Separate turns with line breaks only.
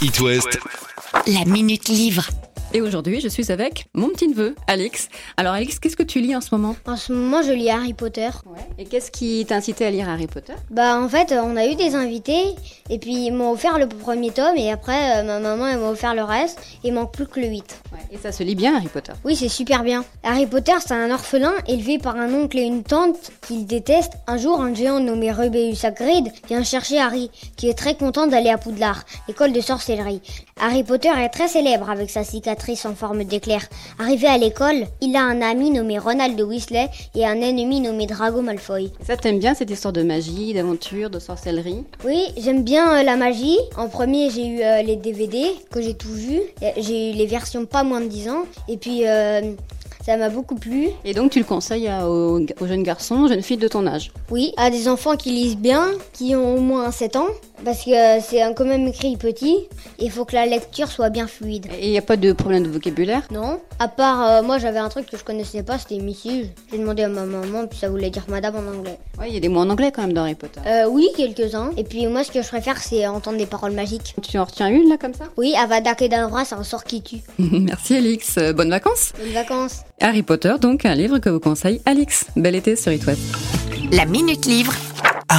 It West,
La minute livre.
Et aujourd'hui, je suis avec mon petit neveu, Alex. Alors, Alex, qu'est-ce que tu lis en ce moment
En ce moment, je lis Harry Potter.
Et qu'est-ce qui t'a incité à lire Harry Potter
Bah, en fait, euh, on a eu des invités, et puis ils m'ont offert le premier tome, et après, euh, ma maman, elle m'a offert le reste, et il manque plus que le 8.
Et ça se lit bien, Harry Potter.
Oui, c'est super bien. Harry Potter, c'est un orphelin élevé par un oncle et une tante qu'il déteste. Un jour, un géant nommé Rubeus Hagrid vient chercher Harry, qui est très content d'aller à Poudlard, l'école de sorcellerie. Harry Potter est très célèbre avec sa cicatrice en forme d'éclair. Arrivé à l'école, il a un ami nommé Ronald Weasley et un ennemi nommé Drago Malfoy.
Et ça, t'aimes bien cette histoire de magie, d'aventure, de sorcellerie
Oui, j'aime bien euh, la magie. En premier, j'ai eu euh, les DVD que j'ai tout vu. Euh, J'ai eu les versions pas moins de 10 ans. Et puis, euh, ça m'a beaucoup plu.
Et donc, tu le conseilles à- aux, aux jeunes garçons, jeunes filles de ton âge.
Oui, à des enfants qui lisent bien, qui ont au moins 7 ans. Parce que c'est euh, quand même écrit petit. Il faut que la lecture soit bien fluide.
Et il n'y a pas de problème de vocabulaire
Non, à part euh, moi j'avais un truc que je connaissais pas, c'était Missy. J'ai demandé à ma maman, puis ça voulait dire madame en anglais.
Oui, il y a des mots en anglais quand même dans Harry Potter.
Euh, oui, quelques-uns. Et puis moi ce que je préfère c'est entendre des paroles magiques.
Tu en retiens une, là, comme ça
Oui, Avada Kedavra, c'est un sort qui tue.
Merci, Alex. Euh, Bonnes vacances
Bonnes vacances.
Harry Potter, donc, un livre que vous conseille Alex. Bel été sur E It West.
La minute livre.
à